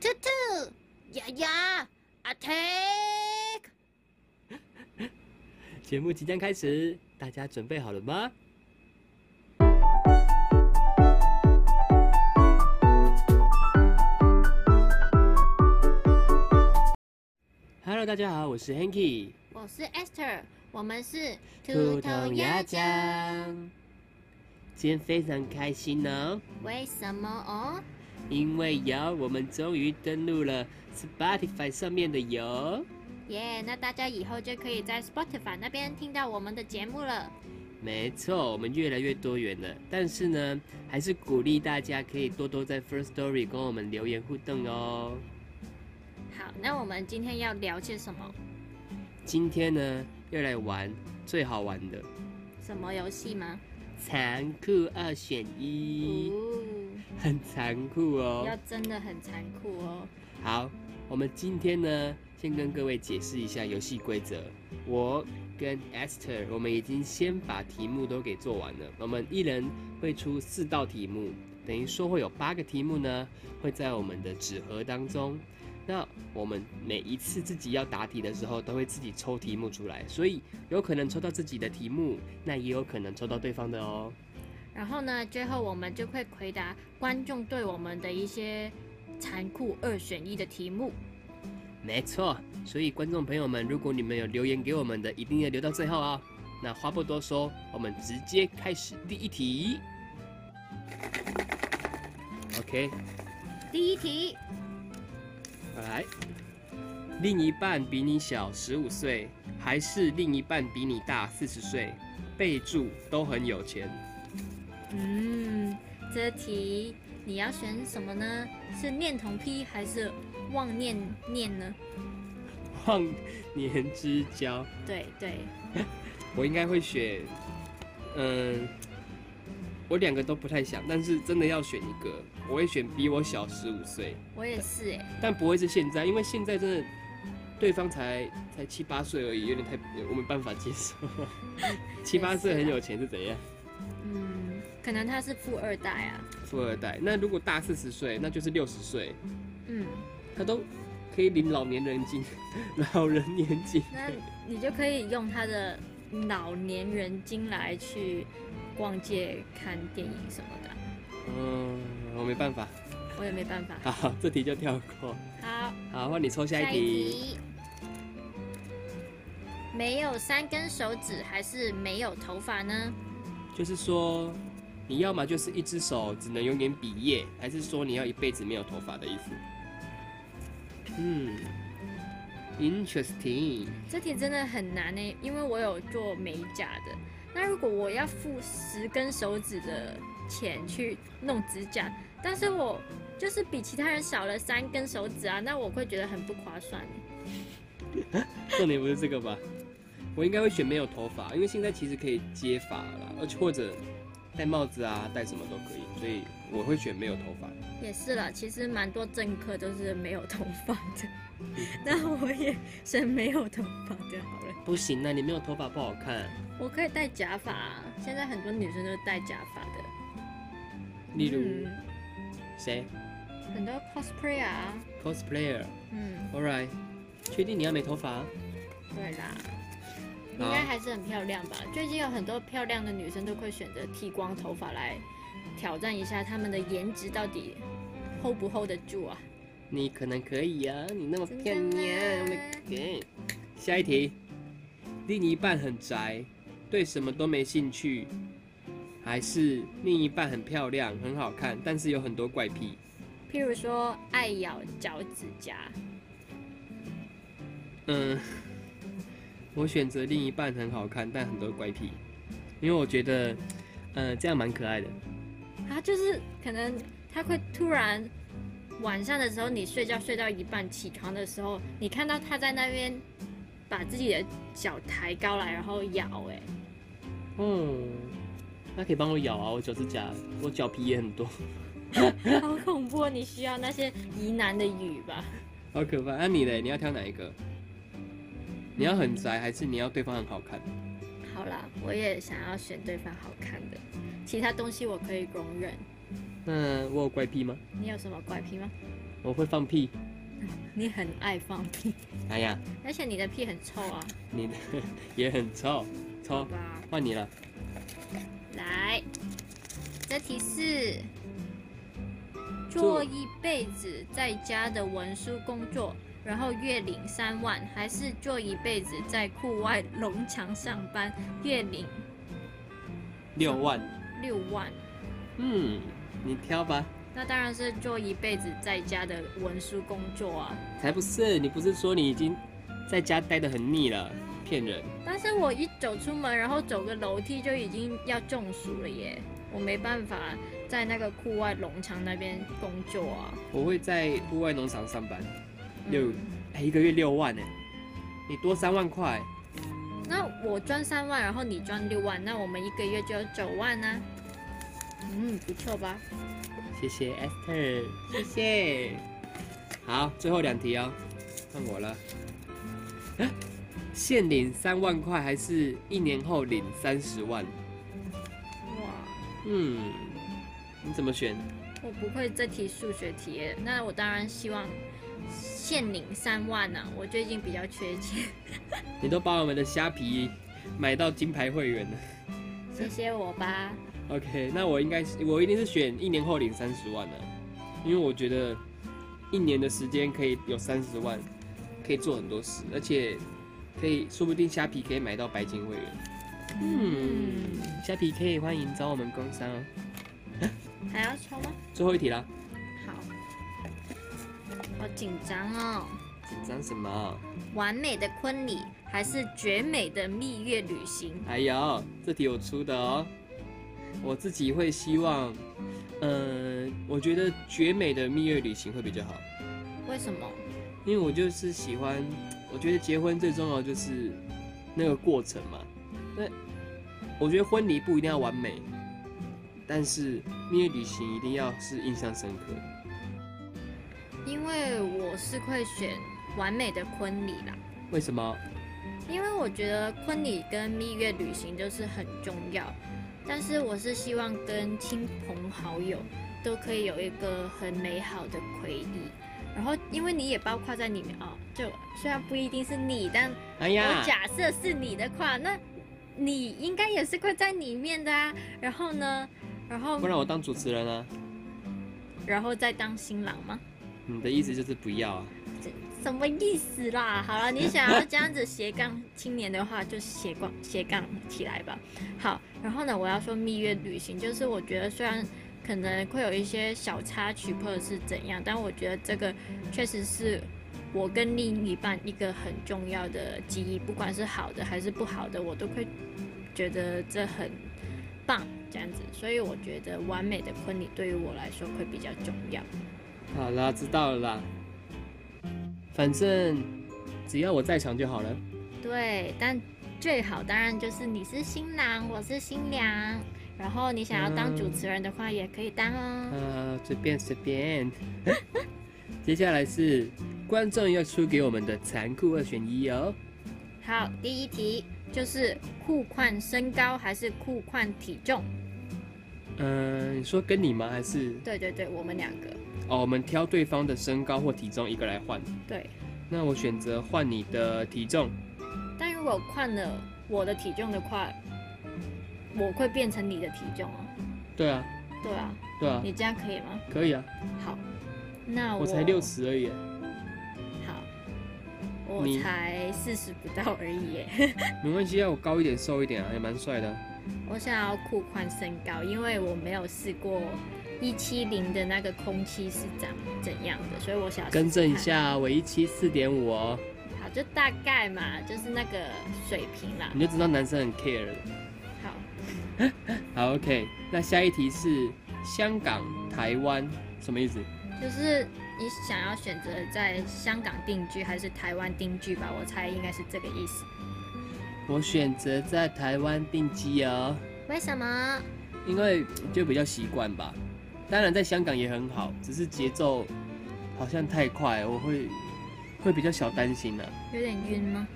兔兔，丫丫，attack！节目即将开始，大家准备好了吗？Hello，大家好，我是 Hanky。我是 Esther，我们是酱。酱，今天非常开心哦，为什么哦？因为有我们终于登录了 Spotify 上面的有。耶、那大家以后就可以在 Spotify 那边听到我们的节目了。没错，我们越来越多元了，但是呢，还是鼓励大家可以多多在 First Story 跟我们留言互动哦。好，那我们今天要聊些什么？今天呢，要来玩最好玩的什么游戏吗？残酷二选一，哦，很残酷要哦。真的很残酷哦。好，我们今天呢，先跟各位解释一下游戏规则。我跟 Esther，我们已经先把题目都给做完了。我们一人会出四道题目，等于说会有八个题目呢，会在我们的纸盒当中。那我们每一次自己要答题的时候，都会自己抽题目出来，所以有可能抽到自己的题目，那也有可能抽到对方的哦。然后呢，最后我们就会回答观众对我们的一些残酷二选一的题目。没错，所以观众朋友们，如果你们有留言给我们的，一定要留到最后哦。那话不多说，我们直接开始第一题。OK，第一题，我来。另一半比你小十五岁，还是另一半比你大四十岁？备注都很有钱。嗯，这题你要选什么呢？是念童批还是忘念念呢？忘年之交，对对，我应该会选，嗯、我两个都不太想，但是真的要选一个，我会选比我小十五岁。我也是哎。但不会是现在，因为现在真的对方才才七八岁而已，有点太我没办法接受。 七八岁很有钱是怎样？嗯，可能他是富二代啊。富二代。那如果大四十岁，那就是六十岁，嗯，他都可以领老年人金， 老人年金。那你就可以用他的老年人金来去逛街、看电影什么的。嗯，我没办法。我也没办法。好，这题就跳过。好。好，换你抽下一题。题。没有三根手指还是没有头发呢？就是说，你要么就是一只手只能永远比耶，还是说你要一辈子没有头发的意思？嗯，interesting。这题真的很难呢、因为我有做美甲的。那如果我要付十根手指的钱去弄指甲，但是我就是比其他人少了三根手指啊，那我会觉得很不划算。欸重点不是这个吧？我应该会选没有头发，因为现在其实可以接发啦，而且或者戴帽子啊，戴什么都可以，所以我会选没有头发。也是啦，其实蛮多政客都是没有头发的， 那我也是没有头发的好了。不行啊，你没有头发不好看。我可以戴假发、啊，现在很多女生都戴假发的。例如嗯谁很多 cosplay 啊， ？cosplayer，alright，嗯，确定你要没头发？对啦，应该还是很漂亮吧。最近有很多漂亮的女生都会选择剃光头发来挑战一下她们的颜值到底 hold 不 hold 得住啊。你可能可以啊，你那么真的漂亮，我吗的天！下一题，另一半很宅，对什么都没兴趣，还是另一半很漂亮，很好看，但是有很多怪癖？譬如说爱咬脚趾甲，嗯， 我选择另一半很好看，但很多怪癖，嗯因为我觉得，呃，这样蛮可爱的。她就是可能她会突然晚上的时候你睡觉睡到一半起床的时候，你看到她在那边把自己的脚抬高来，然后咬、哎，嗯，那可以帮我咬啊，我脚趾甲，我脚皮也很多， 好恐怖！哦你需要那些疑难的语吧？好可怕。那、啊你嘞？你要挑哪一个？你要很宅，还是你要对方很好看？好啦，我也想要选对方好看的，其他东西我可以容忍。那我有怪癖吗？你有什么怪癖吗？我会放屁。你很爱放屁，哎呀，而且你的屁很臭啊，你的 也很臭，好臭，吧？换你了。来，这题是做做一辈子在家的文书工作，然后月领三万，还是做一辈子在户外农场上班，月领六万，六万？嗯，你挑吧。那当然是做一辈子在家的文书工作啊。才不是，你不是说你已经在家待得很腻了？骗人！但是我一走出门，然后走个楼梯就已经要中暑了耶，我没办法在那个户外农场那边工作啊。我会在户外农场上班，嗯六哎、一个月六万呢，你多三万块，那我赚三万，然后你赚六万，那我们一个月就有九万呢、啊嗯，不错吧？谢谢 Esther，谢谢。好，最后两题哦，换我了。 啊现领三万块，还是一年后领三十万？哇，嗯，你怎么选？我不会这题数学题耶，那我当然希望现领三万呢、我最近比较缺钱， 你都把我们的虾皮买到金牌会员了。谢谢我吧。 OK，那我应该是我一定是选一年后领三十万的、因为我觉得一年的时间可以有三十万，可以做很多事，而且可以说不定虾皮可以买到白金会员。嗯，虾皮可以欢迎找我们工商哦。嗯还要抽吗？最后一题啦，好，好紧张哦。紧张什么？完美的婚礼还是绝美的蜜月旅行？还有这题我出的哦，我自己会希望，嗯、我觉得绝美的蜜月旅行会比较好。为什么？因为我就是喜欢，我觉得结婚最重要的就是那个过程嘛。那我觉得婚礼不一定要完美，但是蜜月旅行一定要是印象深刻。因为我是会选完美的婚礼啦。为什么？因为我觉得婚礼跟蜜月旅行都是很重要，但是我是希望跟亲朋好友都可以有一个很美好的回忆。然后，因为你也包括在里面啊、就虽然不一定是你，但哎我呀，假设是你的话，那你应该也是会在里面的啊。然后呢，然后不然我当主持人啊？然后再当新郎吗？你的意思就是不要啊？这什么意思啦？好了，你想要这样子斜杠青年的话，就斜杠斜杠起来吧。好，然后呢，我要说蜜月旅行，就是我觉得虽然可能会有一些小插曲或者是怎样，但我觉得这个确实是我跟另一半一个很重要的记忆，不管是好的还是不好的，我都会觉得这很棒这样子。所以我觉得完美的婚礼对于我来说会比较重要。好啦，知道了啦。反正只要我在场就好了。对，但最好当然就是你是新郎，我是新娘。然后你想要当主嗯持人的话，也可以当哦。呃，随便随便。 接下来是观众要出给我们的残酷二选一哦。好，第一题就是裤宽身高还是裤宽体重？嗯，你说跟你吗？还是对对对，我们两个。哦，我们挑对方的身高或体重一个来换？对，那我选择换你的体重。但如果换了我的体重的话，我会变成你的体重哦。对啊，对啊，对啊，你这样可以吗？可以啊，好，那我我才六。十而已耶。好，我你才四十不到而已耶。没关系啊，我高一点，瘦一点啊，也蛮帅的啊。我想要裤宽身高，因为我没有试过一七零的那个空气是长怎样的，所以我想要试试更正一看。下，我一七四点五哦，好，就大概嘛，就是那个水平啦你。就知道男生很 care 了。好，好，OK，那下一题是香港、台湾，什么意思？就是你想要选择在香港定居还是台湾定居吧？我猜应该是这个意思。我选择在台湾定居哦，为什么？因为就比较习惯吧。当然，在香港也很好，只是节奏好像太快，我会会比较小担心呢、啊。有点晕吗？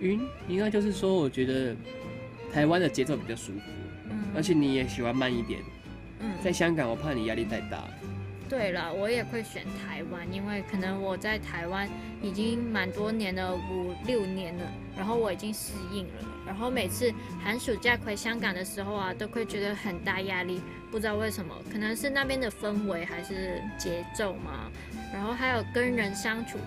云应该就是说，我觉得台湾的节奏比较舒服，嗯，而且你也喜欢慢一点。嗯，在香港，我怕你压力太大。对了，我也会选台湾，因为可能我在台湾已经蛮多年了，五六年了，然后我已经适应了。然后每次寒暑假回香港的时候啊，都会觉得很大压力，不知道为什么，可能是那边的氛围还是节奏嘛，然后还有跟人相处。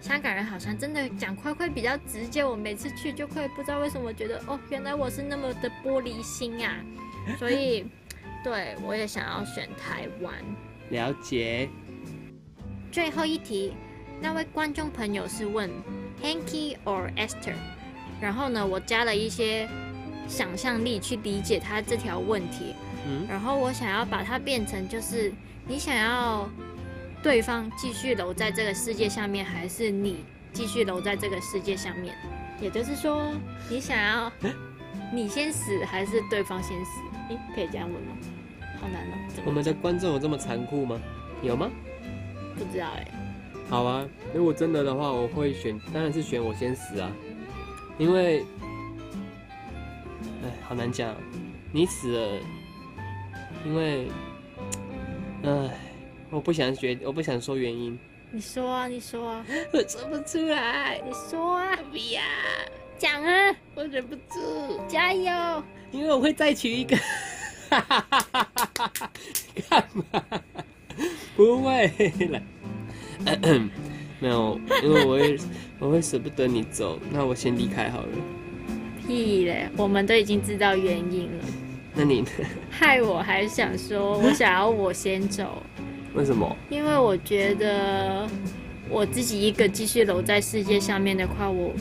香港人好像真的讲话会比较直接，我每次去就会不知道为什么觉得哦，原来我是那么的玻璃心啊，所以 对我也想要选台湾。了解，最后一题，那位观众朋友是问 Hanky or Esther，然后呢，我加了一些想象力去理解他这条问题，嗯，然后我想要把它变成就是你想要对方继续留在这个世界上面，还是你继续留在这个世界上面？也就是说，你想要 你先死，还是对方先死？诶，可以这样问吗？好难哦，怎我么们的观众有这么残酷吗？有吗？不知道诶。好啊，如果真的的话，我会选，当然是选我先死啊，因为，哎，好难讲，你死了，因为，哎，我不想学，我不想说原因，你说啊，你说啊。我说不出来，你说啊，不要讲啊，我忍不住，加油！因为我会再娶一个， 干嘛？不会啦， 咳咳没有，因为我会，我会舍不得你走，那我先离开好了。屁嘞，我们都已经知道原因了，那你呢 害我还想说，我想要我先走，为什么？因为我觉得我自己一个继续留在世界上面的话，我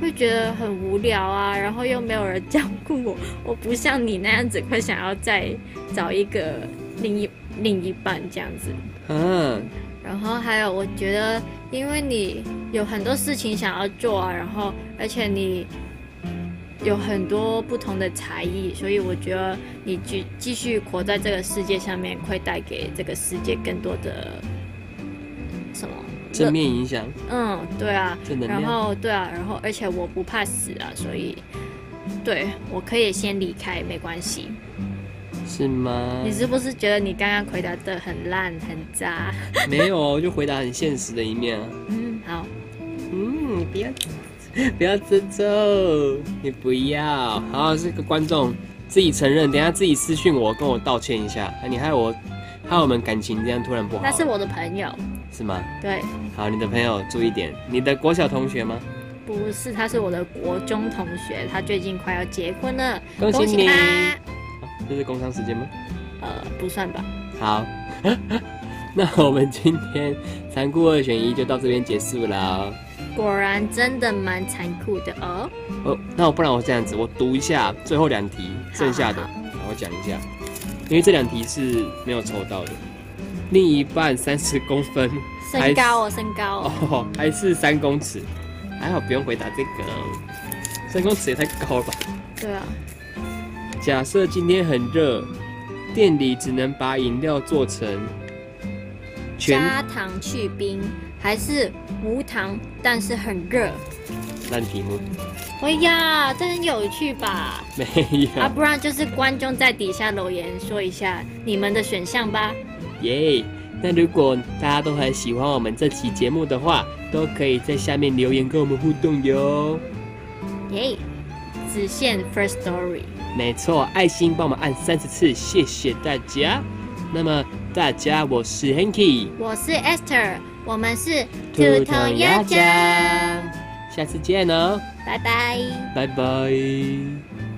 会觉得很无聊啊，然后又没有人照顾我，我不像你那样子会想要再找一个另一另一半这样子。啊，然后还有，我觉得因为你有很多事情想要做啊，然后而且你有很多不同的才艺，所以我觉得你继继续活在这个世界上面，会带给这个世界更多的什么？正面影响，嗯，对啊正，能量然后对啊，然后而且我不怕死啊，所以对我可以先离开，没关系。嗯是吗你？是不是觉得你刚刚回答的很烂很渣？没有，哦就回答很现实的一面啊。嗯，好。嗯，你不要， 不要自重，你不要。好，这个观众自己承认，等一下自己私讯我，跟我道歉一下。啊你害我，害我们感情这样突然不好。那是我的朋友，是吗？对，好，你的朋友注意点，你的国小同学吗？不是，他是我的国中同学，他最近快要结婚了，恭喜你他。啊这是工商时间吗？呃，不算吧，好， 那我们今天残酷二选一就到这边结束了哦。果然真的蛮残酷的哦。哦，那我不然我这样子，我读一下最后两题，剩下的好好我讲一下，因为这两题是没有抽到的。另一半三十公分，身高哦，身高哦，哦，还是三公尺，还好不用回答这个，三公尺也太高了吧。对啊，假设今天很热，店里只能把饮料做成全，加糖去冰还是无糖，但是很热。烂题目，哎呀，这很有趣吧？没啊，有，不然就是观众在底下留言说一下你们的选项吧。耶。那如果大家都很喜欢我们这期节目的话，都可以在下面留言跟我们互动哟。耶、只限 First Story。没错，爱心帮我们按三十次，谢谢大家。那么大家，我是 Hanky，我是 Esther，我们是家，下次见哦，拜拜。拜拜。